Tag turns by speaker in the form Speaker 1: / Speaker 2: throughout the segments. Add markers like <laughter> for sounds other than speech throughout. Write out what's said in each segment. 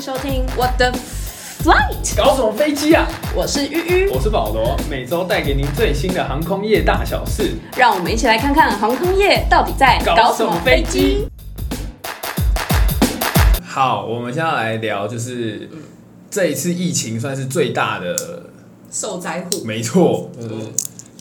Speaker 1: 收听 What the Flight，
Speaker 2: 搞什么飞机啊？
Speaker 1: 我是鱼鱼，
Speaker 2: 我是保罗，每周带给您最新的航空业大小事。
Speaker 1: 让我们一起来看看航空业到底在搞什么飞机。
Speaker 2: 好，我们现在来聊，就是这一次疫情算是最大的，
Speaker 3: 受灾户，
Speaker 2: 没错，就是嗯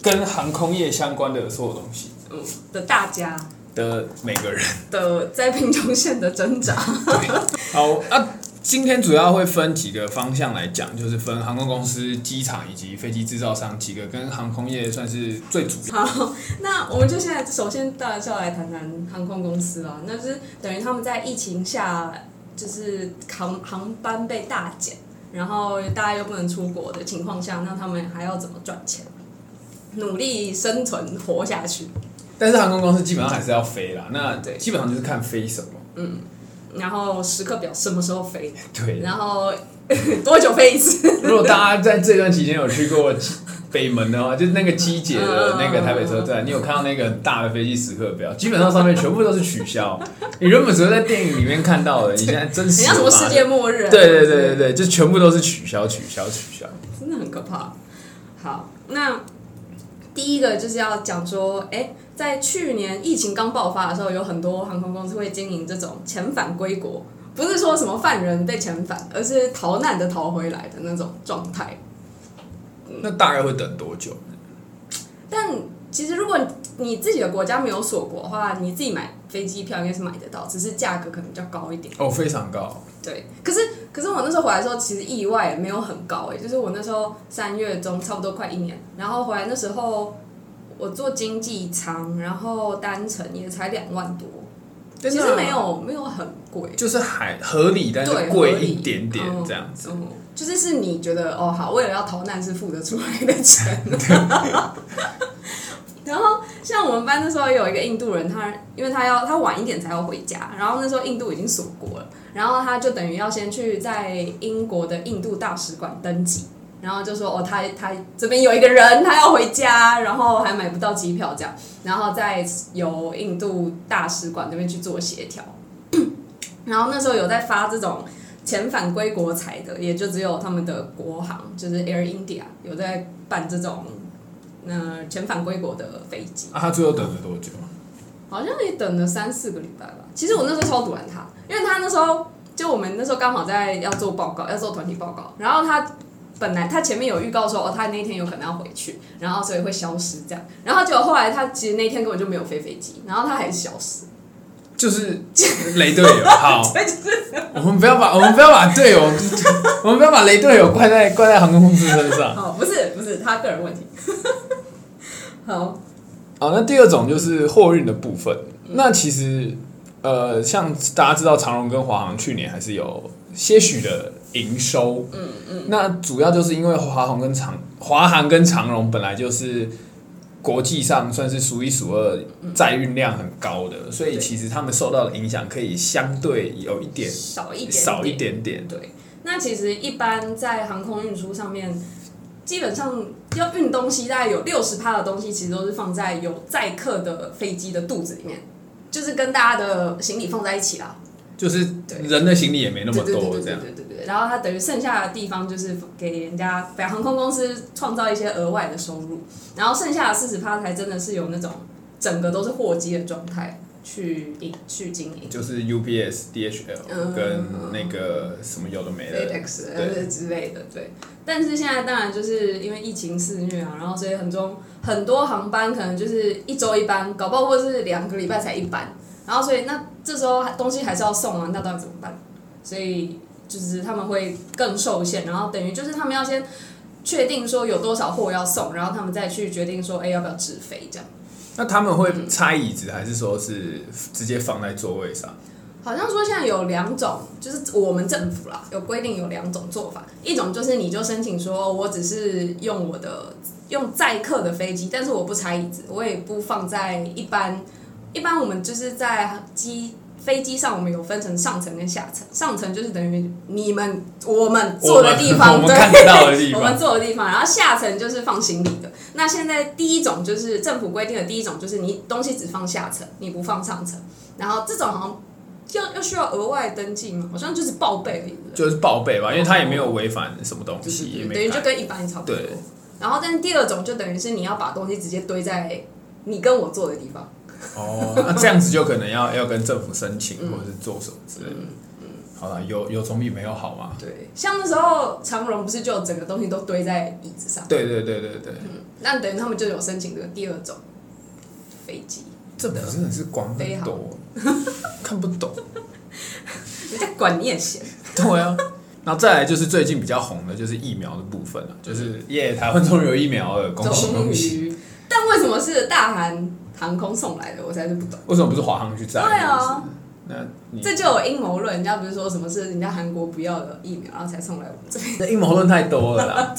Speaker 2: 跟航空业相关的所有东西
Speaker 3: 嗯的大家
Speaker 2: 的每个人。
Speaker 3: 的在贫穷线的挣扎， <laughs>
Speaker 2: 好啊，今天主要会分几个方向来讲，就是分航空公司、机场以及飞机制造商几个跟航空业算是最主要。
Speaker 3: 好，那我们就现在首先当然是要来谈谈航空公司了，那就是等于他们在疫情下就是航航班被大减，然后大家又不能出国的情况下，那他们还要怎么赚钱？努力生存活下去，
Speaker 2: 但是航空公司基本上还是要飞啦，那
Speaker 3: 嗯对
Speaker 2: 基本上就是看飞什么。
Speaker 3: <laughs> 然后时刻表什么时候飞，
Speaker 2: 对，
Speaker 3: 然后 <laughs> 多久飞一
Speaker 2: <laughs>
Speaker 3: 次，
Speaker 2: 如果大家在这段期间有去过机北门的话，就是那个机姐的那个台北
Speaker 3: <laughs>
Speaker 2: 车站，你有看到那个很大的飞机时刻表，基本上上面全部都是取消。 <laughs> 你原本只会在电影里面看到的，你现在真实
Speaker 3: 很像
Speaker 2: 的
Speaker 3: 什么世界
Speaker 2: 发
Speaker 3: 末日、啊？
Speaker 2: 现？对对对对对，就全部都是取消、取消、取消。
Speaker 3: 真的很可怕。好，那第一个就是要讲说，哎、在去年疫情刚爆发的时候，有很多航空公司会经营这种遣返归国，不是说什么犯人被遣返，而是逃难的逃回来的那种状态。嗯
Speaker 2: 那大概会等多久？
Speaker 3: 但其实如果你自己的国家没有锁国的话，你自己买飞机票应该是买得到，只是价格可能比较高一点。
Speaker 2: 哦，非常高。
Speaker 3: 对，可是可是我那时候回来的时候，其实意外也没有很高哎、就是我那时候三月中差不多快一年，然后回来那时候我坐经济舱，然后单程也才两万多，
Speaker 2: 但
Speaker 3: 其实没，有没有很贵，
Speaker 2: 就是还合理，但是
Speaker 3: 对，合
Speaker 2: 贵
Speaker 3: 理
Speaker 2: 一点点这样子。。
Speaker 3: 嗯嗯就是是你觉得哦好，为了要逃难是付得出来的钱。 <laughs> 然后像我们班那时候有一个印度人，他因为他要他晚一点才要回家，然后那时候印度已经锁国了，然后他就等于要先去在英国的印度大使馆登记，然后就说哦他他这边有一个人他要回家，然后还买不到机票这样，然后再由印度大使馆这边去做协调。然后那时候有在发这种遣返归国财的，也就只有他们的国航，就是 Air India 有在办这种，呃，遣返归国的飞机，
Speaker 2: 啊，他最后等了多久？
Speaker 3: 好像也等了三四个礼拜吧。其实我那时候超堵拦他，因为他那时候就我们那时候刚好在要做报告，要做团体报告，然后他。本来他前面有预告说哦，他那天有可能要回去，然后所以会消失这样，然后结果后来他其实那天根本就没有飞飞机，然后他还是消失，
Speaker 2: 就是雷
Speaker 3: <laughs>
Speaker 2: 队友，好，
Speaker 3: 对，就是
Speaker 2: 我们不要把我们不要把队友，我们不要把雷队友怪在怪在航空公司身上。
Speaker 3: 哦，不是不是他个人问题， <laughs> 好，
Speaker 2: 好，那第二种就是货运的部分。
Speaker 3: 嗯
Speaker 2: 那其实呃，像大家知道长荣跟华航去年还是有些许的营收，嗯嗯，那主要就是因为华航跟长华航跟长荣本来就是。国际上算是数一数二载运量很高的，所以
Speaker 3: 嗯对
Speaker 2: 其实他们受到的影响可以相对有一点
Speaker 3: 少一点
Speaker 2: 少一点点。
Speaker 3: 对，那其实一般在航空运输上面，基本上要运东西，大概有六十趴的东西，其实都是放在有载客的飞机的肚子里面，就是跟大家的行李放在一起啦。
Speaker 2: 就是
Speaker 3: 对
Speaker 2: 人的行李也没那
Speaker 3: 对
Speaker 2: 么
Speaker 3: 对对
Speaker 2: 多
Speaker 3: 对
Speaker 2: 这
Speaker 3: 对
Speaker 2: 样。
Speaker 3: 对对对。然后它等于剩下的地方就是给人家给航空公司创造一些额外的收入，然后剩下的四十趴才真的是有那种整个都是货机的状态去营去经营。
Speaker 2: 就是 UPS、DHL
Speaker 3: 嗯
Speaker 2: 跟那个什么有的没的，
Speaker 3: FedEx
Speaker 2: 对
Speaker 3: 呃之类的，对。但是现在当然就是因为疫情肆虐啊，然后所以很多很多航班可能就是一周一班，搞不好或者是两个礼拜才一班，然后所以那这时候东西还是要送啊，那到底怎么办？所以就是他们会更受限，然后等于就是他们要先确定说有多少货要送，然后他们再去决定说，哎、要不要直飞这样。
Speaker 2: 那他们会拆椅子，还是说是直接放在座位上？
Speaker 3: 好像说现在有两种，就是我们政府啦有规定有两种做法，一种就是你就申请说我只是用我的用载客的飞机，但是我不拆椅子，我也不放在一般一般我们就是在机飞机上，我们有分成上层跟下层，上层就是等于你们我们嗯坐的地
Speaker 2: 我
Speaker 3: 方，
Speaker 2: 们 <laughs>
Speaker 3: 对，
Speaker 2: 看得到的地方
Speaker 3: 我们坐的地方，然后下层就是放行李的。那现在第一种就是政府规定的第一种，就是你东西只放下层，你不放上层。然后这种好像这样要需要额外登记吗？好像就是报备而已。对不对
Speaker 2: 就是报备吧，因为他也没有违反什么东
Speaker 3: 对
Speaker 2: 西，也
Speaker 3: 对对，
Speaker 2: 没
Speaker 3: 等于
Speaker 2: 改
Speaker 3: 哦就跟一般人差不多
Speaker 2: 对。
Speaker 3: 然后，但是第二种就等于是你要把东西直接堆在你跟我做的地方。
Speaker 2: 哦，那这样子就可能要要跟政府申请，或者是做什么之类的。
Speaker 3: 嗯
Speaker 2: 好了，有有总比没有好嘛。
Speaker 3: 对，像那时候长荣不是就整个东西都堆在椅子上，
Speaker 2: 对对对对对，
Speaker 3: 那等于他们就有申请这个第二种飞机。
Speaker 2: 政府真的是管很多，
Speaker 3: <laughs>
Speaker 2: 看不懂。
Speaker 3: 人家管你也闲，
Speaker 2: 对啊，然后再来就是最近比较红的就是疫苗的部分了，就是耶，台湾终于有疫苗了，恭喜
Speaker 3: 终
Speaker 2: 恭喜！
Speaker 3: 于。但为什么是大韩航空送来的？我实在是不懂。
Speaker 2: 为什么不是华航去载？
Speaker 3: 对啊，
Speaker 2: 那你
Speaker 3: 这就有阴谋论，人家不是说什么是人家韩国不要的疫苗，然后才送来我们这边。
Speaker 2: 那阴谋论太多了啦。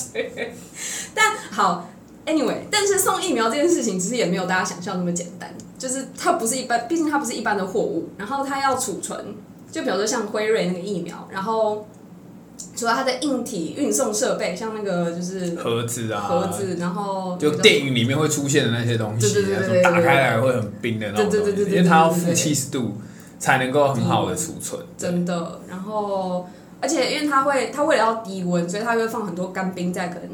Speaker 3: 但好，anyway，但是送疫苗这件事情其实也没有大家想象那么简单，就是它不是一般，毕竟它不是一般的货物，然后它要储存，就比如说像辉瑞那个疫苗，然后除了它的硬体运送设备，像那个就是
Speaker 2: 盒子啊，
Speaker 3: 盒子，然后
Speaker 2: 就
Speaker 3: 那个叫
Speaker 2: 电影里面会出现的那些东西，啊
Speaker 3: 对对对对对对
Speaker 2: 打开来会很冰的那种
Speaker 3: 对
Speaker 2: 东
Speaker 3: 对对对
Speaker 2: 西，
Speaker 3: 对
Speaker 2: 因为它要负
Speaker 3: 对对
Speaker 2: 七
Speaker 3: 对
Speaker 2: 十度才能够很好的储存。
Speaker 3: 真的。然后，而且因为它会，它为了要低温，所以它会放很多干冰在可能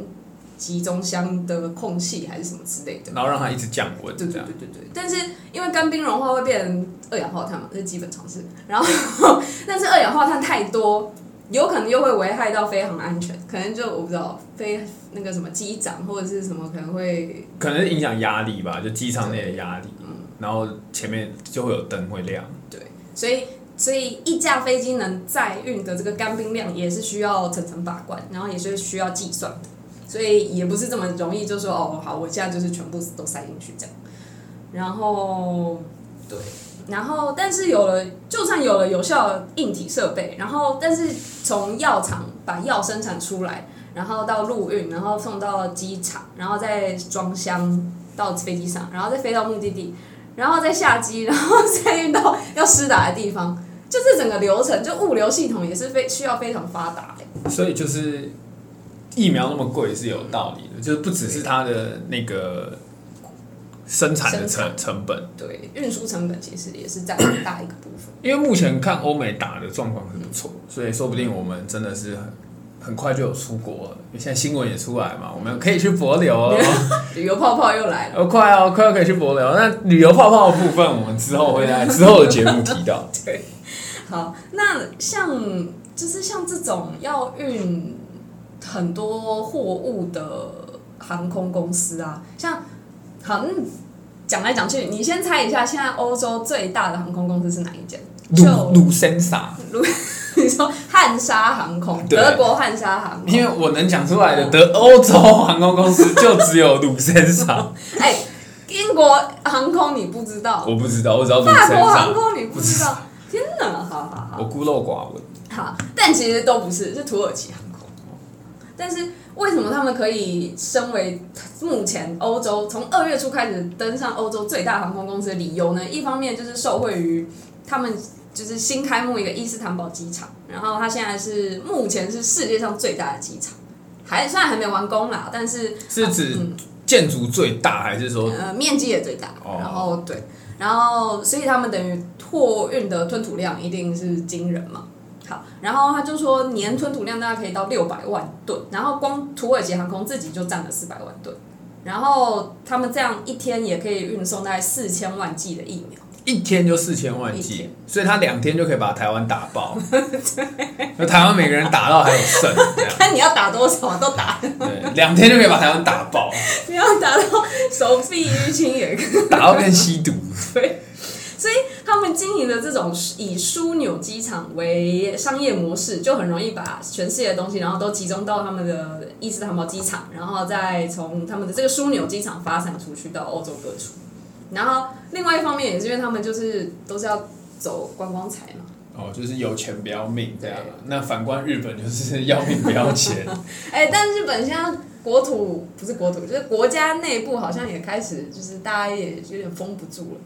Speaker 3: 集中箱的空隙还是什么之类的。
Speaker 2: 然后让它一直降温，
Speaker 3: 对
Speaker 2: 这
Speaker 3: 对
Speaker 2: 样
Speaker 3: 对对对。但是因为干冰融化会变成二氧化碳嘛，这是基本常识。 <laughs> 然后，但是二氧化碳太多。有可能又会危害到飞航安全，可能就我不知道飞那个什么机长或者是什么可能会
Speaker 2: 可能是影响压力吧，就机场内的压力，
Speaker 3: 嗯
Speaker 2: 然后前面就会有灯会亮。
Speaker 3: 对，所以所以一架飞机能载运的这个干冰量也是需要层层把关，然后也是需要计算的，所以也不是这么容易就说哦好，我现在就是全部都塞进去这样。然后对，然后但是有了，就算有了有效的硬体设备，然后但是从药厂把药生产出来。然后到陆运，然后送到机场，然后再装箱到飞机上，然后再飞到目的地，然后再下机，然后再运到要施打的地方， <laughs> 就这整个流程，就物流系统也是非需要非常发达的。
Speaker 2: 所以就是疫苗那么贵是有道理的，就是不只是它的那个生产
Speaker 3: 生
Speaker 2: 的成成本，
Speaker 3: 对，运输成本其实也是占很大一个部分。 <coughs>
Speaker 2: 因为目前看欧美打的状况是不错，所以说不定我们真的是很很快就有出国了。因为现在新闻也出来嘛，我们可以去博
Speaker 3: <laughs>
Speaker 2: 流哦，
Speaker 3: 旅游泡泡又来了，
Speaker 2: 哦快哦，快要可以去博流。那旅游泡泡的部分，我们之后会在之后的节目提
Speaker 3: <laughs>
Speaker 2: 到。
Speaker 3: 好，那像就是像这种要运很多货物的航空公司啊，像好，嗯，讲来讲去，你先猜一下，现在欧洲最大的航空公司是哪一间？就
Speaker 2: 鲁鲁森萨，
Speaker 3: 你说汉莎航空，
Speaker 2: 对
Speaker 3: 德国汉莎航空
Speaker 2: 因，为我能讲出来的德欧洲航空公司就只有鲁森萨，
Speaker 3: <laughs> 哎、英国航空你不知道，
Speaker 2: 我不知道，我只知道鲁
Speaker 3: 法
Speaker 2: 森
Speaker 3: 国航
Speaker 2: 萨，
Speaker 3: 空你不知道，天哪，好好好
Speaker 2: 我孤陋寡闻。
Speaker 3: 好，但其实都不是，是土耳其航空。但是为什么他们可以身为目前欧洲从二月初开始登上欧洲最大航空公司的理由呢？一方面就是受惠于他们就是新开幕一个伊斯坦堡机场，然后它现在是目前是世界上最大的机场，还虽然还没完工啦，但是
Speaker 2: 是指
Speaker 3: 嗯
Speaker 2: 建筑最大，还是说
Speaker 3: 呃，面积也最大，
Speaker 2: 哦
Speaker 3: 然后对，然后所以他们等于货运的吞吐量一定是惊人嘛。好，然后他就说年吞吐量大概可以到六百万吨，然后光土耳其航空自己就占了四百万吨，然后他们这样一天也可以运送大概四千万剂的疫苗。 <laughs>
Speaker 2: 一天就四千万
Speaker 3: 一
Speaker 2: 剂
Speaker 3: 天，
Speaker 2: 所以他两天就可以把台湾打
Speaker 3: <laughs>
Speaker 2: 爆，那台湾每个人打到还有剩，这样
Speaker 3: 看你要打多少都打，
Speaker 2: 对，两天就可以把台湾打
Speaker 3: <laughs>
Speaker 2: 爆，
Speaker 3: 你要打到手臂淤青也可以。
Speaker 2: 打到变吸毒。
Speaker 3: 他们经营的这种以枢纽机场为商业模式，就很容易把全世界的东西，然后都集中到他们的伊斯坦堡机场，然后再从他们的这个枢纽机场发散出去到欧洲各处。然后另外一方面也是因为他们就是都是要走观光财嘛，
Speaker 2: 哦，就是有钱不要命这样啊
Speaker 3: 对。
Speaker 2: 那反观日本，就是要命不要钱。
Speaker 3: 哎，但日本现在国土不是国土，就是国家内部好像也开始就是大家也有点封不住了，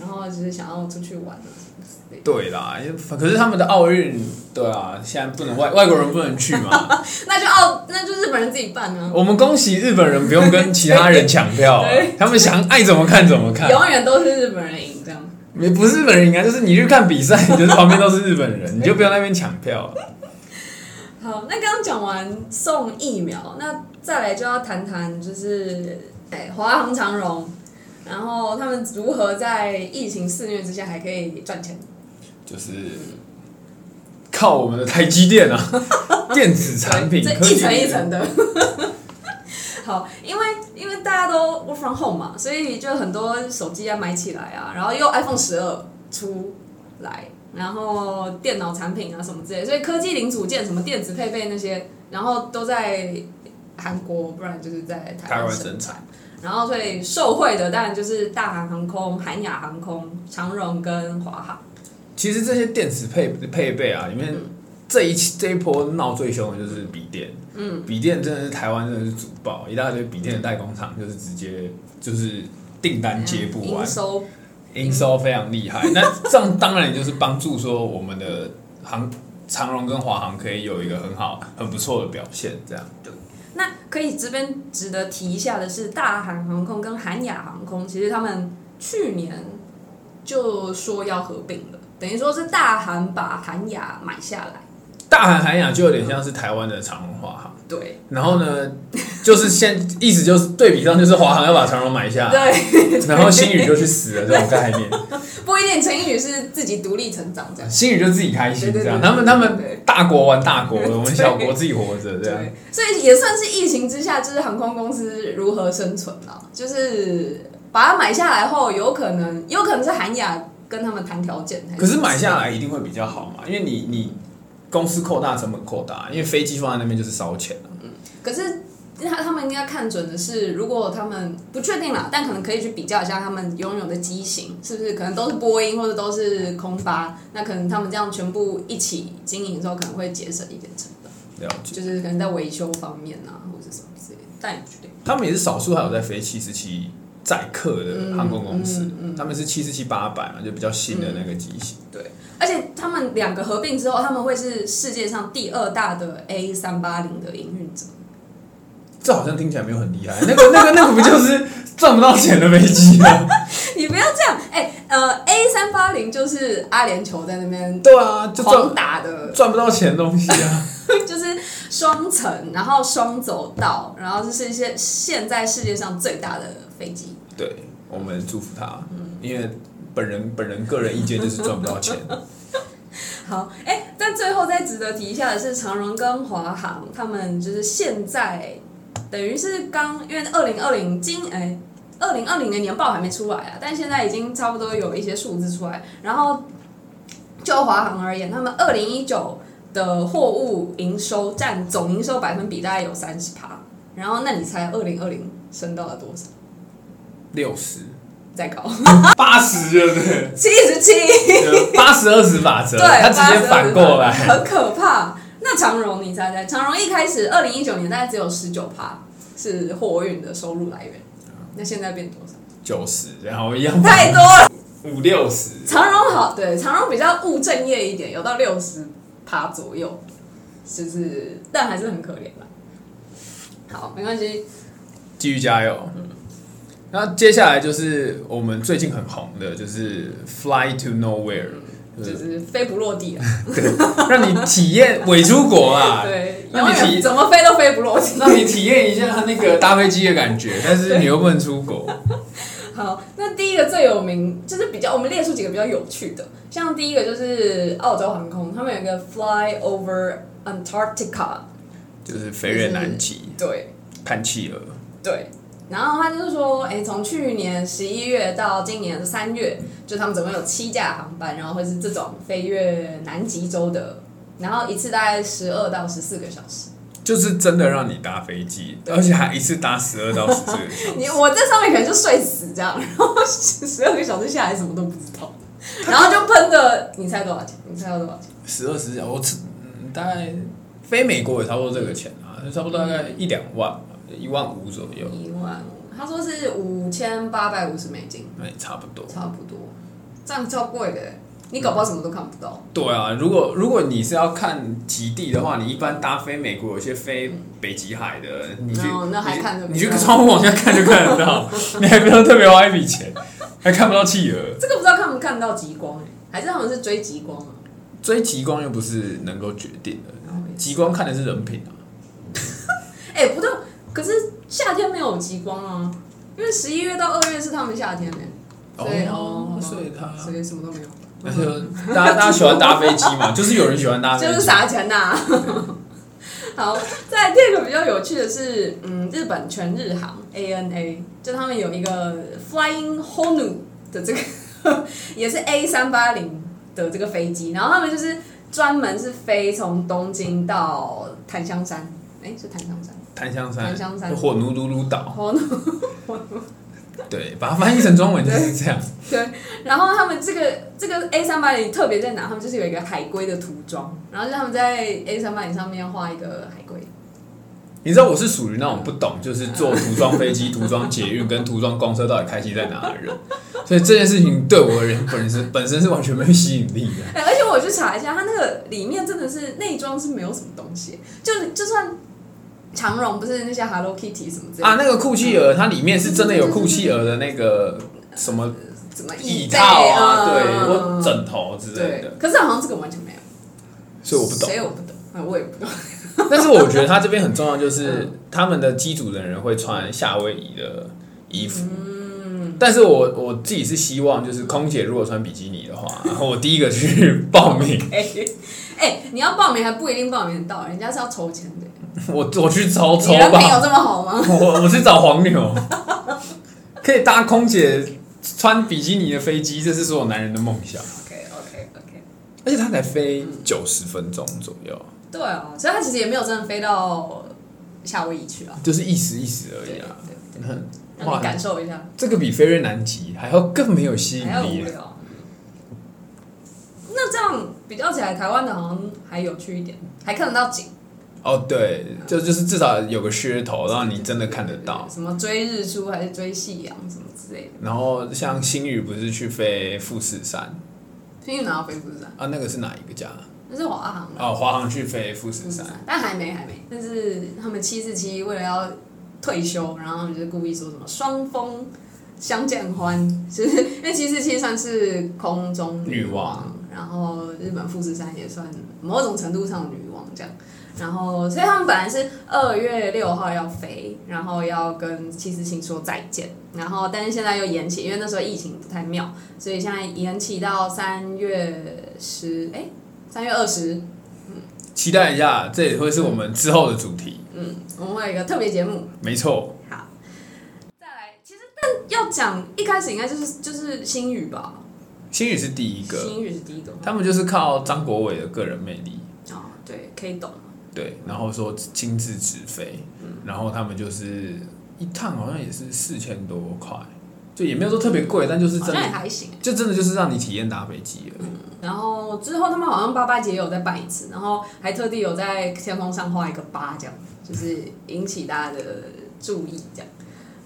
Speaker 3: 然后就是想要出去玩啊了什么之类的。
Speaker 2: <laughs> 对啦，因为可是他们的奥运，对啊，现在不能外外国人不能
Speaker 3: <laughs>
Speaker 2: 去嘛。
Speaker 3: 那就澳，那就日本人自己办啊。
Speaker 2: 我们恭喜日本人不用跟其他人抢票啊
Speaker 3: 对，
Speaker 2: 他们想爱怎么看怎么看。
Speaker 3: 永远都是日本人赢这样。
Speaker 2: 你不是日本人应该就是你去看比赛，你就旁边都是日本
Speaker 3: <laughs>
Speaker 2: 人，你就不要在那边抢票了。
Speaker 3: 好，那刚刚讲完送疫苗，那再来就要谈谈就是，哎，华航长荣，然后他们如何在疫情肆虐之下还可以赚钱？
Speaker 2: 就是靠我们的台积电啊，
Speaker 3: <laughs>
Speaker 2: 电子产品
Speaker 3: 这
Speaker 2: 科技
Speaker 3: 一层一层的。 <laughs> 好，因为因为大家都 work from home 嘛，所以就很多手机要买起来啊，然后又 iPhone 十二出来，然后电脑产品啊什么之类，所以科技零组件什么电子配备那些，然后都在韩国，不然就是在台
Speaker 2: 台湾
Speaker 3: 生
Speaker 2: 生产。
Speaker 3: 然后所以受惠的当然就是大韩航空、韩亚航空、长荣跟华航。
Speaker 2: 其实这些电子配配备啊，里面
Speaker 3: 嗯
Speaker 2: 这一期这一波闹最凶的就是笔电，嗯，笔电真的是台湾真的是主爆，一大堆笔电的代工厂就是直接就是订单接不完
Speaker 3: 嗯营，收
Speaker 2: 营收非常厉害。那这样当然也就是帮助说我们的航长荣跟华航可以有一个很好很不错的表现，这样。
Speaker 3: 那可以这边值得提一下的是，大韩航空跟韩亚航空，其实他们去年就说要合并了，等于说是大韩把韩亚买下来。
Speaker 2: 大韩韩亚就有点像是台湾的长荣华航，
Speaker 3: 对
Speaker 2: 然后呢，就是现意思就是对比上就是华航要把长荣买
Speaker 3: <laughs>
Speaker 2: 下，
Speaker 3: 对，
Speaker 2: 然后新宇就去死了这种概念。
Speaker 3: 不一定成语是自己独立成长这样。
Speaker 2: 新宇就自己开心这
Speaker 3: 对对对
Speaker 2: 样，他们他
Speaker 3: 对
Speaker 2: 们大国玩大国，我们
Speaker 3: 对
Speaker 2: 小国自己活着这样。
Speaker 3: 对，所以也算是疫情之下，就是航空公司如何生存啦，就是把它买下来后，有可能有可能是韩亚跟他们谈条件，还
Speaker 2: 可是买
Speaker 3: 什么
Speaker 2: 下来一定会比较好嘛，因为你你公司扩大成本扩大，因为飞机放在那边就是烧钱啊
Speaker 3: 可是他他们应该看准的是，如果他们不确定啦，但可能可以去比较一下他们拥有的机型是不是可能都是波音或者都是空巴，那可能他们这样全部一起经营之后，可能会节省一点成本，
Speaker 2: 了解，
Speaker 3: 就是可能在维修方面啊，或者什么之类的，但也不确定。
Speaker 2: 他们也是少数还有在飞七四七载客的航空公司，他们是七四七八百嘛，就比较新的那个机型。
Speaker 3: 而且他们两个合并之后，他们会是世界上第二大的 A 三八零的营运者。
Speaker 2: 这好像听起来没有很厉害，那个 <laughs> 那个那个不就是赚不到钱的飞机吗？
Speaker 3: 你不要这样，哎、呃，A 三八零就是阿联酋在那边
Speaker 2: <laughs> 对啊，就
Speaker 3: 狂
Speaker 2: 赚
Speaker 3: 打的
Speaker 2: 赚不到钱的东西啊。
Speaker 3: 就是双层，然后双走道，然后就是一些现在世界上最大的飞机。
Speaker 2: <laughs> 对，我们祝福他，因为本人本人个人意见就是赚不到钱。
Speaker 3: 好，哎、但最后再值得提一下的是，长荣跟华航他们就是现在等于是刚，因为二零二零今哎。二零二零的年报还没出来啊，但现在已经差不多有一些数字出来。然后就华航而言，他们二零一九的货物营收占总营收百分比大概有三十趴，然后那你猜二零二零升到了多少？
Speaker 2: <laughs> 六十、
Speaker 3: 再高，
Speaker 2: 八十，对不对？
Speaker 3: <laughs> 七十七，
Speaker 2: 八十二十法 <laughs> 则，
Speaker 3: 对，
Speaker 2: 他直接反过
Speaker 3: 82%
Speaker 2: 来。
Speaker 3: 很可怕。那长荣，你猜猜？长荣一开始二零一九年大概只有十九趴是货运的收入来源，那现在变多少？
Speaker 2: 九十，然后一样
Speaker 3: 太多了。
Speaker 2: 五六十，
Speaker 3: 长荣好，对，长荣比较务正业一点，有到六十趴左右，就是但还是很可怜啦。好，没关系，
Speaker 2: 继续加油。那接下来就是我们最近很红的，就是 Fly to Nowhere，
Speaker 3: 就
Speaker 2: 就是
Speaker 3: 是飞不落地了。
Speaker 2: 让你体验伪出国啊，
Speaker 3: <laughs> 对，
Speaker 2: 那
Speaker 3: 永
Speaker 2: 你
Speaker 3: 远
Speaker 2: 提
Speaker 3: 怎么飞都飞不落地。
Speaker 2: 让你体验一下那个搭飞机的感觉，但是你又不能
Speaker 3: <laughs>
Speaker 2: 出国。
Speaker 3: 好，那第一个最有名就是比较，我们列出几个比较有趣的，像第一个就是澳洲航空，他们有一个 Fly Over Antarctica，
Speaker 2: 就是飞越南极，
Speaker 3: 对
Speaker 2: 看企鹅。
Speaker 3: 对。然后他就是说，哎，从去年十一月到今年三月，就他们总共有七架航班，然后会是这种飞越南极洲的，然后一次大概十二到十四个小时。
Speaker 2: 就是真的让你搭飞机，而且还一次搭十二到十四个小时。
Speaker 3: <laughs> 你我在上面可能就睡死这样，然后十二个小时下来什么都不知道，然后就喷的，你猜多少钱？你猜到多少钱？
Speaker 2: 十二十小时，我吃、嗯、大概飞美国也差不多这个钱啊，就差不多大概一两万，一万五左右，
Speaker 3: 一万五，他说是五千八百五十美金，
Speaker 2: 那也哎差不多。
Speaker 3: 差不多，这样超贵的，你搞不好什么都看不到。
Speaker 2: 对啊，如果如果你是要看极地的话，你一般搭飞美国，有些飞北极海的，你去
Speaker 3: 哦那还看得
Speaker 2: 你去
Speaker 3: 不到 <laughs>
Speaker 2: 窗户往下看就看得到，你还不用特别花一笔钱。
Speaker 4: 还看不到企鹅，
Speaker 3: 这个不知道看不看得到极光哎、还是他们是追极光啊？
Speaker 2: 追极光又不是能够决定的，
Speaker 3: 然后也是
Speaker 2: 极光看的是人品啊。
Speaker 3: 哎、不对，可是夏天没有极光啊，因为十一月到二月是他们夏天呢、所以哦
Speaker 2: 所以他，
Speaker 3: 所以什么都没有，
Speaker 2: 那 <laughs> 就大家大家喜欢搭飞机 <laughs> 嘛，就是有人喜欢搭飞机，
Speaker 3: 就是撒钱呐、 <laughs> 好，在第二个比较有趣的是，嗯，日本全日航 ANA，就他们有一个 Flying Honu 的这个 <laughs> 也是 A 三八零的这个飞机，然后他们就是专门是飞从东京到檀香山，哎、是檀香山，
Speaker 2: 檀香山，
Speaker 3: 檀香山
Speaker 2: 火奴鲁鲁岛，
Speaker 3: Honu
Speaker 2: 对，把它翻译成中文就是这样。
Speaker 3: 对，然后他们这个这个 A 三八零特别在哪？他们就是有一个海龟的涂装，然后就是他们在 A 三八零上面画一个海龟。
Speaker 2: 你知道我是属于那种不懂，就是坐涂装飞机、涂装捷运跟涂装公车到底开心在哪的人，所以这件事情对我而言本身 <laughs> 本身是完全没有吸引力的。
Speaker 3: <laughs> 哎、而且我去查一下，它那个里面真的是内装是没有什么东西，就就算长绒不是那些 Hello Kitty 什么之类的，
Speaker 2: <laughs> 啊，那个酷企鹅，它里面是真的有酷企鹅的那个什么
Speaker 3: 怎么
Speaker 2: 椅
Speaker 3: 背
Speaker 2: 套啊，对，
Speaker 3: 嗯
Speaker 2: 或枕头之类
Speaker 3: 对
Speaker 2: 的，，
Speaker 3: 可是好像这个完全没有，
Speaker 2: 所以我不懂
Speaker 3: 所。以我不懂，啊，我也不懂。
Speaker 2: 但是我觉得它这边很重要， <laughs> 就是他们的机组的人会穿夏威夷的衣服。但是我我自己是希望，就是空姐如果穿比基尼的话，然后我第一个去报名，
Speaker 3: 哎、哎你要报名还不一定报名得到，人家是要抽签的。
Speaker 2: 我我去找抽
Speaker 3: 你人品有
Speaker 2: 吧，
Speaker 3: 这么好吗？
Speaker 2: 我我去找黄牛， <laughs> 可以搭空姐穿比基尼的飞机，这是所有男人的梦想。
Speaker 3: OK OK OK，
Speaker 2: 而且它才飞九十分钟左右，
Speaker 3: 对啊，所以它其实也没有真的飞到夏威夷去啊。
Speaker 2: 就是一时一时而
Speaker 3: 对
Speaker 2: 已
Speaker 3: 对
Speaker 2: 啊。
Speaker 3: 对，
Speaker 2: 嗯
Speaker 3: 让
Speaker 2: 哇
Speaker 3: 你，感受一下，
Speaker 2: 这个比飞越南极还要更没有吸引
Speaker 3: 还要
Speaker 2: 力
Speaker 3: 无
Speaker 2: 了。
Speaker 3: 聊。那这样比较起来，台湾的好像还有趣一点，还看得到景，
Speaker 2: 哦，对，就就是至少有个噱头，让你真的看得到。
Speaker 3: 什么追日出还是追夕阳什么之类的。
Speaker 2: 然后像星宇不是去飞富士山
Speaker 3: 天宇哪有飞富士山？
Speaker 2: 啊？那个是哪一个家？
Speaker 3: 那是华航啊的
Speaker 2: 哦，华航去飞富士
Speaker 3: 富士
Speaker 2: 山。
Speaker 3: 山，啊但还没还没。但是他们七四七为了要退休，然后他们就故意说什么双峰相见欢，就是因为七四七算是空中女
Speaker 2: 女王
Speaker 3: 然后日本富士山也算某种程度上的女王这样。然后，所以他们本来是二月六号要飞，然后要跟七四七说再见，然后但是现在又延期，因为那时候疫情不太妙，所以现在延期到三月十，哎，三月二十
Speaker 2: 期待一下，这也会是我们之后的主题。
Speaker 3: 嗯我们会有一个特别节目。
Speaker 2: 没错，
Speaker 3: 再来，其实但要讲一开始应该就是就是星宇吧，
Speaker 2: 星宇是第一个，
Speaker 3: 星宇是第一个嘛。
Speaker 2: 他们就是靠张国伟的个人魅力，
Speaker 3: 哦，对，可以懂。
Speaker 2: 对，然后说亲自直飞，
Speaker 3: 嗯
Speaker 2: 然后他们就是一趟好像也是四千多块，就也没有说特别贵，但就是
Speaker 3: 好
Speaker 2: 真
Speaker 3: 像也
Speaker 2: 的，
Speaker 3: 还行。
Speaker 2: 就真的就是让你体验搭飞机了。
Speaker 3: 然后之后他们好像八八节也有再办一次，然后还特地有在天空上画一个八，这样就是引起大家的注意这样。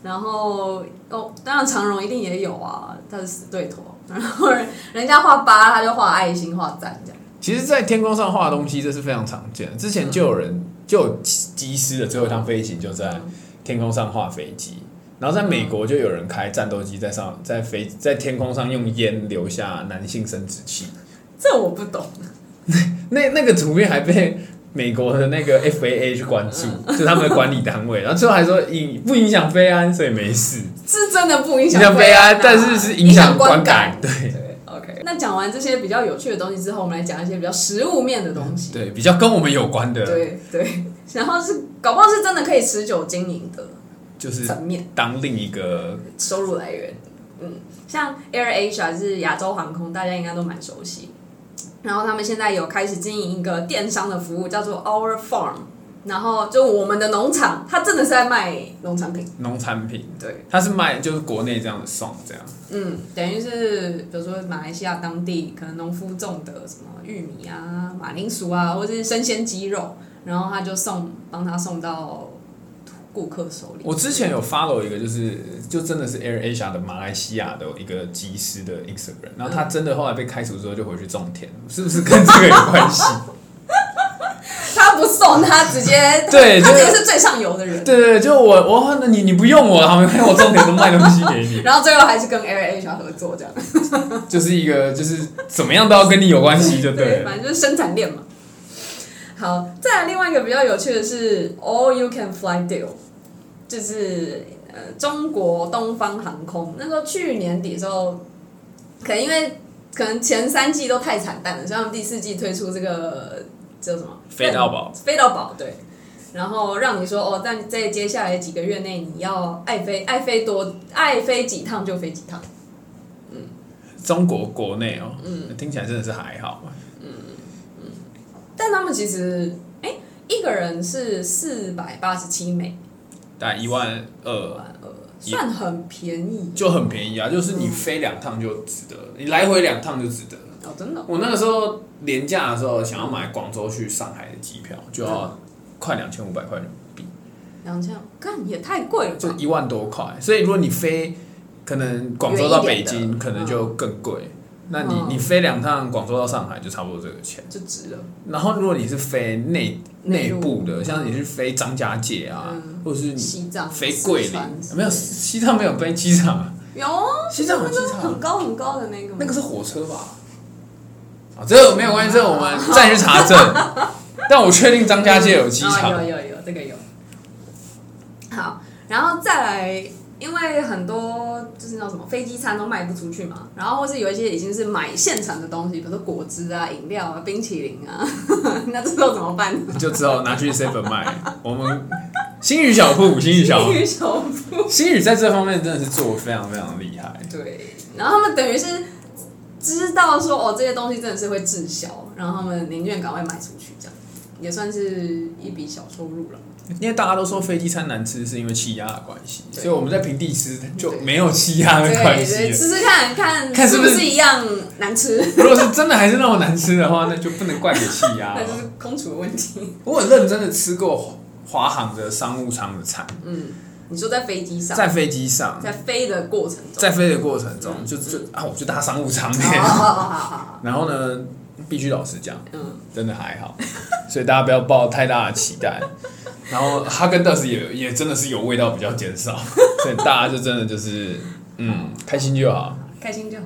Speaker 3: 然后哦，当然长荣一定也有啊，他是死对头。然后人人家画八，他就画爱心、画赞这样。
Speaker 2: 其实，在天空上画东西，这是非常常见的。之前就有人
Speaker 3: 嗯
Speaker 2: 就有机师的最后一趟飞行就在天空上画飞机，然后在美
Speaker 3: 嗯
Speaker 2: 国就有人开战斗机在上在飞在天空上用烟留下男性生殖器，
Speaker 3: 这我不懂，
Speaker 2: 那那个图片还被美国的那个 FAA 去关注，
Speaker 3: 嗯
Speaker 2: 就他们的管理单位，然后最后还说影不影响飞安，所以没事，
Speaker 3: 是真的不影
Speaker 2: 影
Speaker 3: 响
Speaker 2: 响飞
Speaker 3: 安
Speaker 2: 安
Speaker 3: 啊，，
Speaker 2: 但是是
Speaker 3: 影
Speaker 2: 影响
Speaker 3: 观
Speaker 2: 观感，对
Speaker 3: OK，那讲完这些比较有趣的东西之后，我们来讲一些比较实物面的东西。
Speaker 2: 对，比较跟我们有关的，
Speaker 3: 嗯对对，然后是搞不好是真的可以持久经营的
Speaker 2: 就是
Speaker 3: 层面
Speaker 2: 当另一个
Speaker 3: 收入来源。嗯，像 Air Asia 是亚洲航空，大家应该都蛮熟悉。然后他们现在有开始经营一个电商的服务，叫做 Our Farm，然后就我们的农场，它真的是在卖农产品。
Speaker 2: 农产品。
Speaker 3: 对，
Speaker 2: 它是卖就是国内这样的送这样，
Speaker 3: 嗯，等于是比如说马来西亚当地可能农夫种的什么玉米啊、马铃薯啊，或者是生鲜鸡肉，然后他就送帮他送到顾客手里。
Speaker 2: 我之前有 follow 一个，就是就真的是 Air Asia 的马来西亚的一个机师的 Instagram，然
Speaker 3: 嗯
Speaker 2: 后他真的后来被开除之后就回去种田，是不是跟这个有关系？
Speaker 3: 他不不送他，直接
Speaker 2: <laughs> 对
Speaker 3: 他
Speaker 2: 就
Speaker 3: 直
Speaker 2: 是
Speaker 3: 接是最上游的人。
Speaker 2: 对对对，就我我那你你不用我，他们看我重点都卖东西
Speaker 3: <laughs>
Speaker 2: 给你，
Speaker 3: 然后最后还是跟 L H 合作这样，
Speaker 2: 就是一个就是怎么样都要跟你有关系，就对了。
Speaker 3: 反正就是生产链嘛。好，再来另外一个比较有趣的是 All You Can Fly Deal，就是呃中国东方航空那时候去年底的时候，可能因为可能前三季都太惨淡了，所以他们第四季推出这个叫什么
Speaker 2: 飞到宝，
Speaker 3: 飞到宝，对。然后让你说哦，但在接下来几个月内，你要爱飞爱飞多爱飞几趟就飞几趟。
Speaker 2: 中国国内哦，听起来真的是还好。
Speaker 3: 但他们其实，哎，一个人是四百八十七美
Speaker 2: 大概一万二
Speaker 3: 元，呃，
Speaker 2: 也
Speaker 3: 算很便宜
Speaker 2: 就很便宜啊，就是你飞两趟就值得，你来回两趟就值得。
Speaker 3: 哦，真的哦。
Speaker 2: 我那个时候廉价的时候，想要买广州去上海的机票，就要快两千五百块人民币，
Speaker 3: 然后这样，干也太贵了
Speaker 2: 就
Speaker 3: 吧？
Speaker 2: 一万多块。所以如果你飞可能广州到北
Speaker 3: 远一点
Speaker 2: 京，
Speaker 3: 的
Speaker 2: 可能就更贵。那
Speaker 3: 嗯
Speaker 2: 你你飞两趟广州到上海就差不多这个钱。
Speaker 3: 就值了。
Speaker 2: 然后如果你是飞内
Speaker 3: 内
Speaker 2: 内
Speaker 3: 陆嗯
Speaker 2: 部的，像你是飞张家界啊，或者是你
Speaker 3: 西藏、
Speaker 2: 飞桂
Speaker 3: 四
Speaker 2: 林
Speaker 3: 川，
Speaker 2: 没有西藏没有飞机场啊，
Speaker 3: 有哦
Speaker 2: 西藏有机
Speaker 3: 很
Speaker 2: 场，
Speaker 3: 高很高的那个吗，
Speaker 2: 那个是火车吧？
Speaker 3: 嗯
Speaker 2: 啊，这个没有关系，这个我们再去查证。
Speaker 3: <laughs>
Speaker 2: 但我确定张家界有机场，
Speaker 3: 哦有有有，这个有。好，然后再来，因为很多就是那种什么飞机餐都卖不出去嘛，然后或是有一些已经是买现成的东西，比如说果汁啊、饮料啊、冰淇淋啊， <laughs> 那这时候怎么办呢？
Speaker 2: 就只好拿去 seven 卖。我们新宇小铺，新宇小
Speaker 3: 冰，与小铺。
Speaker 2: 新宇在这方面真的是做的非常非常厉害。
Speaker 3: <laughs> 对，然后他们等于是知道说哦，这些东西真的是会滞销，然后他们宁愿赶快卖出去，这样也算是一笔小收入了。
Speaker 2: 因为大家都说飞机餐难吃，是因为气压的关系，
Speaker 3: 对
Speaker 2: 所以我们在平地吃就没有气压的关
Speaker 3: 对对，
Speaker 2: 系了。
Speaker 3: 吃吃看看
Speaker 2: 看是
Speaker 3: 是
Speaker 2: 不是
Speaker 3: 是一样难吃。
Speaker 2: 如果是真的还是那么难吃的话，那就不能怪给气 <laughs> 压
Speaker 3: 那
Speaker 2: 了
Speaker 3: 就。是空厨的问题。
Speaker 2: 我很认真的吃过华航的商务舱的餐，
Speaker 3: 嗯你说在飞机上，
Speaker 2: 在飞机上，
Speaker 3: 在飞的过程中，
Speaker 2: 在飞的过程中，就就啊，我就搭商务舱
Speaker 3: 哦
Speaker 2: <laughs>
Speaker 3: 好
Speaker 2: 欸
Speaker 3: 好好好好，
Speaker 2: 然后呢，必须老实讲，
Speaker 3: 嗯，
Speaker 2: 真的还好， <laughs> 所以大家不要抱太大的期待。然后哈根达斯也也真的是有味道比较减
Speaker 3: <laughs>
Speaker 2: 少，所以大家就真的就是嗯开心就好。
Speaker 3: 开心就好。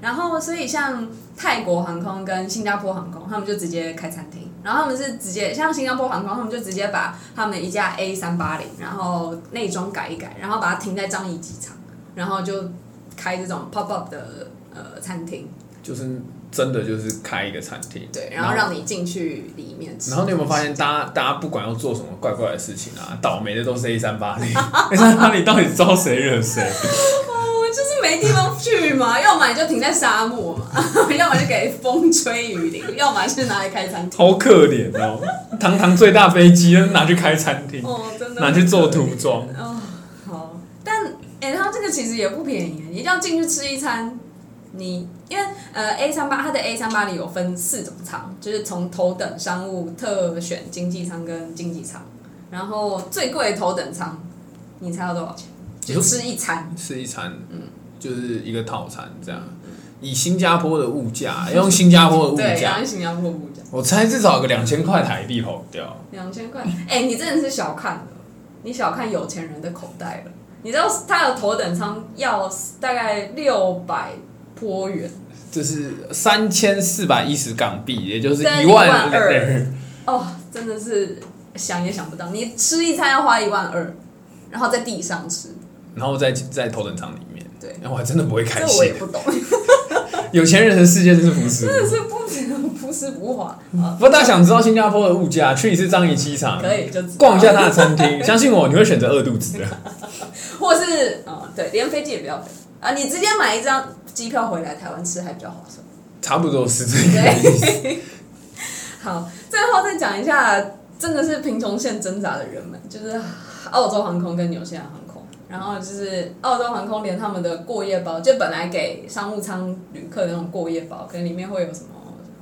Speaker 3: 然后，所以像泰国航空跟新加坡航空，他们就直接开餐厅，然后他们是直接像新加坡航空，他们就直接把他们一架 A 三八零，然后内装改一改，然后把它停在樟宜机场，然后就开这种 pop up 的呃餐厅，
Speaker 2: 就是真的就是开一个餐厅，
Speaker 3: 对，然后让你进去里面吃。
Speaker 2: 然后你有没有发现，大家大家不管要做什么怪怪的事情啊，倒霉的都是 A 三八零，A <laughs> 三八零到底招谁惹谁？
Speaker 3: 我就是没地方去嘛， <laughs> 要么你就停在沙漠嘛， <laughs> 要么就给风吹雨淋，要么是拿来开餐厅。
Speaker 2: 好可怜哦！堂堂最大飞机拿去开餐厅，
Speaker 3: 哦， <laughs> 真的。
Speaker 2: 拿去做涂装，
Speaker 3: 哦，好，但哎、它这个其实也不便宜，你一定要进去吃一餐。你因为呃 A 三八它的 A 三八里有分四种舱，就是从头等商务、特选经济舱跟经济舱，然后最贵的头等舱，你猜要多少钱？
Speaker 2: 你
Speaker 3: 就
Speaker 2: 说
Speaker 3: 吃一餐。
Speaker 2: 吃一餐，就是一个套餐这样。以新加坡的物价，用新加坡的物
Speaker 3: <laughs> 对，啊然
Speaker 2: 价
Speaker 3: 后，新加坡物价
Speaker 2: 我猜至少有个两千块台币跑不掉。
Speaker 3: 两千块，哎、你真的是小看了，你小看有钱人的口袋了。你知道他的头等舱要大概六百坡元，
Speaker 2: 这是三千四百一十港币，也就是
Speaker 3: 对
Speaker 2: 一万
Speaker 3: 12,200。哦，真的是想也想不到，你吃一餐要花一万二，然后在地上吃，
Speaker 2: 然后在在头等舱里面，哎
Speaker 3: 对
Speaker 2: 然后我还真的不会开
Speaker 3: 这我
Speaker 2: 心
Speaker 3: 也。不懂，
Speaker 2: 有钱人的世界真是不是。
Speaker 3: 真的是不能不是不滑
Speaker 2: 不
Speaker 3: 啊，
Speaker 2: 过大家想知道新加坡的物价，去一次樟宜机场，
Speaker 3: 可以就知道
Speaker 2: 逛一下它的餐厅，相信我，你会选择饿肚子的。
Speaker 3: <laughs> 或是啊、对，连飞机也不要飞啊，你直接买一张机票回来台湾吃还比较划算。
Speaker 2: 差不多是这个意思。
Speaker 3: 对，好，最后再讲一下，真的是贫穷线挣扎的人们，就是澳洲航空跟纽西兰航空，然后就是澳洲航空连他们的过夜包，就本来给商务舱旅客的那种过夜包，可能里面会有什么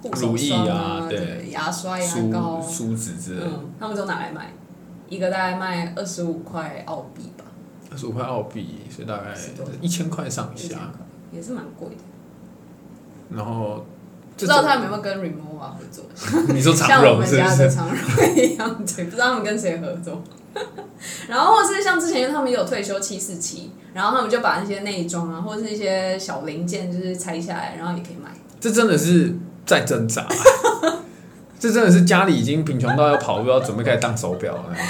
Speaker 3: 护手
Speaker 2: 乳液
Speaker 3: 霜
Speaker 2: 啊对
Speaker 3: 对，牙刷、牙
Speaker 2: 梳
Speaker 3: 膏，
Speaker 2: 梳子之类的，
Speaker 3: 嗯，他们都拿来卖，一个大概卖二十五块澳币吧，
Speaker 2: 二十五块澳币，所以大概
Speaker 3: 是多
Speaker 2: 一千块上
Speaker 3: 一千
Speaker 2: 下
Speaker 3: 块。也是蛮贵的。
Speaker 2: 然后
Speaker 3: 不知道他们有没有跟 Remova 合作，
Speaker 2: <laughs> 你说
Speaker 3: 像
Speaker 2: 长
Speaker 3: 我
Speaker 2: 荣
Speaker 3: 们
Speaker 2: 是不
Speaker 3: 家的
Speaker 2: 是？
Speaker 3: 长荣一样，对，不知道他们跟谁合作。 <laughs> 然后或者是像之前，因为他们也有退休七四七，然后他们就把那些内装啊，或者是一些小零件，就是拆下来，然后也可以卖。
Speaker 2: 这真的是在挣扎， <laughs> 这真的是家里已经贫穷到要跑路，要准备开始当手表了那种。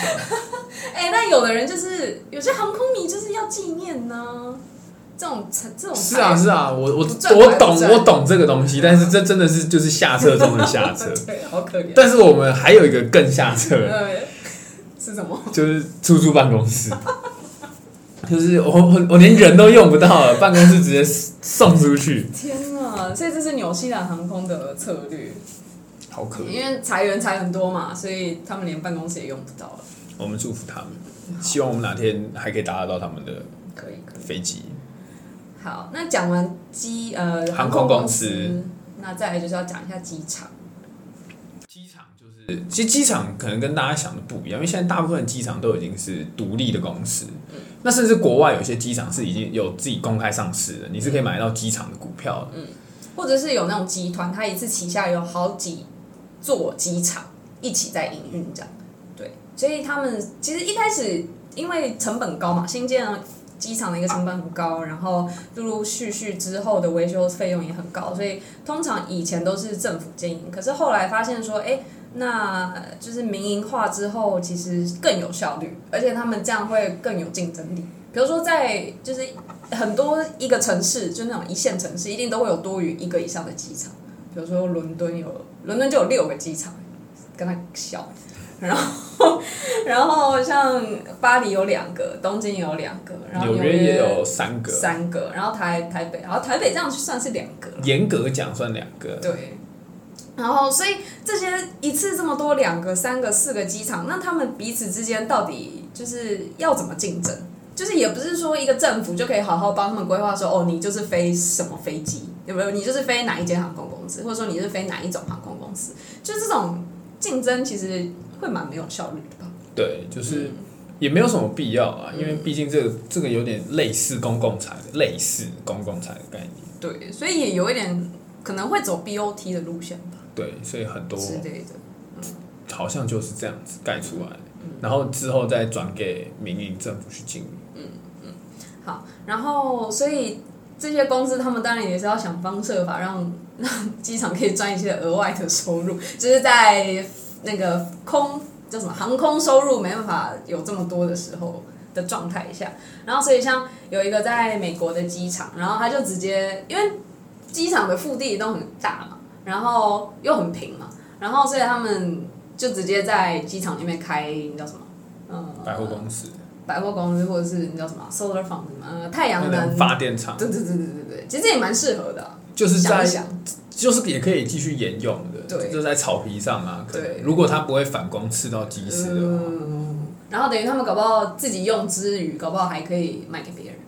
Speaker 3: 哎、那有的人就是有些航空迷就是要纪念呢、这种这种
Speaker 2: 是啊，是啊，我我
Speaker 3: 赚
Speaker 2: 我懂
Speaker 3: 不赚
Speaker 2: 我懂这个东西，
Speaker 3: 啊
Speaker 2: 但是这真的是就是下策中的下
Speaker 3: <laughs>
Speaker 2: 策。
Speaker 3: 对，好可怜。
Speaker 2: 但是我们还有一个更下策，
Speaker 3: 对，是什么？
Speaker 2: 就是出租办公室，就是我我我连人都用不到了，办公室直接送出去，
Speaker 3: <laughs> 天哪！所以这是纽西兰航空的策略，
Speaker 2: 好可怜。
Speaker 3: 因为裁员裁很多嘛，所以他们连办公室也用不到了。
Speaker 2: 我们祝福他们，希望我们哪天还可以搭得到他们的
Speaker 3: 可以，可以。
Speaker 2: 飞机。
Speaker 3: 好，那讲完机呃
Speaker 2: 航
Speaker 3: 空
Speaker 2: 空
Speaker 3: 公
Speaker 2: 公司
Speaker 3: 那再来就是要讲一下机场。
Speaker 2: 机场就是，其实机场可能跟大家想的不一样，因为现在大部分的机场都已经是独立的公司，那甚至国外有些机场是已经有自己公开上市的，你是可以买到机场的股票的。
Speaker 3: 或者是有那种集团，它一次旗下有好几座机场一起在营运这样。对，所以他们其实一开始因为成本高嘛，新建机场的一个成本很高，然后陆陆续续之后的维修费用也很高，所以通常以前都是政府经营，可是后来发现说，哎、那就是民营化之后，其实更有效率，而且他们这样会更有竞争力。比如说，在就是很多一个城市，就那种一线城市，一定都会有多于一个以上的机场。比如说伦敦有，伦敦就有六个机场，跟他笑。
Speaker 2: <laughs>
Speaker 3: 然后，然后像巴黎有两个，东京有两个，然后
Speaker 2: 纽约也有三个，
Speaker 3: 三个，然后台台北，然后台北这样算是两个了。
Speaker 2: 严格讲算两个。
Speaker 3: 对。然后，所以这些一次这么多两个、三个、四个机场，那他们彼此之间到底就是要怎么竞争？就是也不是说一个政府就可以好好帮他们规划说，哦，你就是飞什么飞机，有没有？你就是飞哪一间航空公司，或者说你就是飞哪一种航空公司？就这种竞争其实会蛮没有效率的吧？
Speaker 2: 对，
Speaker 3: 嗯
Speaker 2: 就是也没有什么必要啊，因为毕竟这个这个有点类似公共财，类似公共财的概念。
Speaker 3: 对，所以也有一点可能会走 BOT 的路线吧
Speaker 2: 对，所以很多
Speaker 3: 之类的。
Speaker 2: 好像就是这样子盖出来的，然后之后再转给民营政府去经营。
Speaker 3: 好，然后所以这些公司他们当然也是要想方设法让 <laughs> 让机场可以赚一些额外的收入，就是在那个空叫什么航空收入没办法有这么多的时候的状态下，然后所以像有一个在美国的机场，然后他就直接因为机场的腹地都很大嘛，然后又很平嘛，然后所以他们就直接在机场里面开叫什么？嗯，
Speaker 2: 百货公司、
Speaker 3: 百货公司或者是你叫什么啊 solar farm 呃太
Speaker 2: 那
Speaker 3: 阳
Speaker 2: 个
Speaker 3: 能，
Speaker 2: 发电厂，
Speaker 3: 对对对对对对，其实这也蛮适合的啊、
Speaker 2: 就是
Speaker 3: 想
Speaker 2: 在
Speaker 3: 一想，
Speaker 2: 就是也可以继续沿用的，
Speaker 3: 对
Speaker 2: 就在草皮上啊。可
Speaker 3: 对
Speaker 2: 能如果它不会反光刺到机师的话，
Speaker 3: 嗯，然后等于他们搞不好自己用之余，搞不好还可以卖给别人，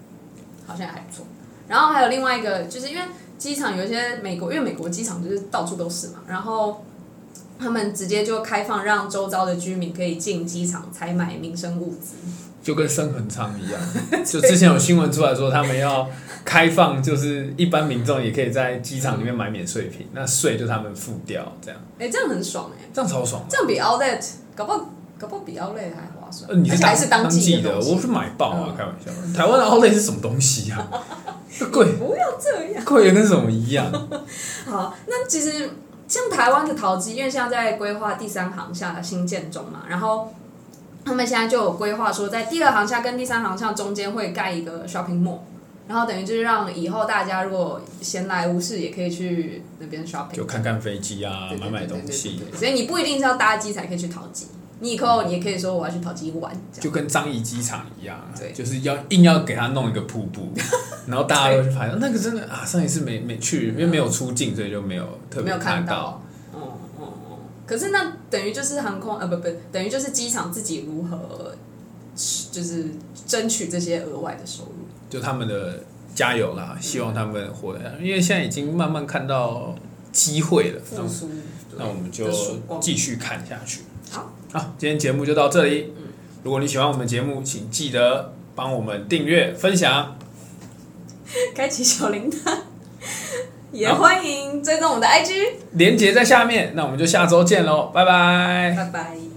Speaker 3: 好像还不错。然后还有另外一个，就是因为机场有一些美国，因为美国机场就是到处都是嘛，然后他们直接就开放让周遭的居民可以进机场采买民生物资，
Speaker 2: 就跟生恒
Speaker 3: <laughs>
Speaker 2: 昌一样。就之前有新闻出来说，他们要开放，就是一般民众也可以在机场里面买免税品，那税就他们付掉，这样
Speaker 3: 哎，这样很爽哎、
Speaker 2: 这样超爽的。
Speaker 3: 这样比 outlet 搞不好搞不好比 outlet 还划算，
Speaker 2: 呃，你
Speaker 3: 而
Speaker 2: 是
Speaker 3: 且还是
Speaker 2: 当
Speaker 3: 季
Speaker 2: 的，
Speaker 3: 东西嗯
Speaker 2: 我是买爆啊，开玩笑的。台湾的 outlet 是什么东西啊？贵
Speaker 3: 不要这样。
Speaker 2: 贵的跟什么一样？
Speaker 3: 好，那其实像台湾的淘机，因为现在在规划第三航厦的新建中嘛，然后他们现在就有规划说，在第二航厦跟第三航厦中间会盖一个 shopping mall。然后等于就是让以后大家如果闲来无事，也可以去那边 shopping，
Speaker 2: 就看看飞机啊
Speaker 3: 对，对
Speaker 2: 买买东
Speaker 3: 对
Speaker 2: 西
Speaker 3: 对对，对所以你不一定是要搭机才可以去淘机，你以后也可以说我要去淘机玩，这
Speaker 2: 就
Speaker 3: 样
Speaker 2: 跟樟宜机场一样啊
Speaker 3: 对，
Speaker 2: 就是要硬要给他弄一个瀑
Speaker 3: <laughs>
Speaker 2: 布，然后大家都去拍。那个真的啊，上一次没没去，因为没有出境，所以就没有特
Speaker 3: 没
Speaker 2: 别
Speaker 3: 有看
Speaker 2: 到。。
Speaker 3: 嗯嗯嗯。可是那等于就是航空呃不不，等于就是机场自己如何就是争取这些额外的收入。
Speaker 2: 就他们的加油啦，希望他们活得下去，因为现在已经慢慢看到机会了。那
Speaker 3: 复苏。
Speaker 2: 那我们就
Speaker 3: 的曙光
Speaker 2: 继续看下去。
Speaker 3: 好，嗯
Speaker 2: 好，今天节目就到这里。如果你喜欢我们节目，请记得
Speaker 3: <laughs>
Speaker 2: 帮我们订阅、分享。
Speaker 3: 开启小铃铛。也欢迎追踪我们的 IG，
Speaker 2: 连接在下面，那我们就下周见喽，拜拜。
Speaker 3: 拜拜。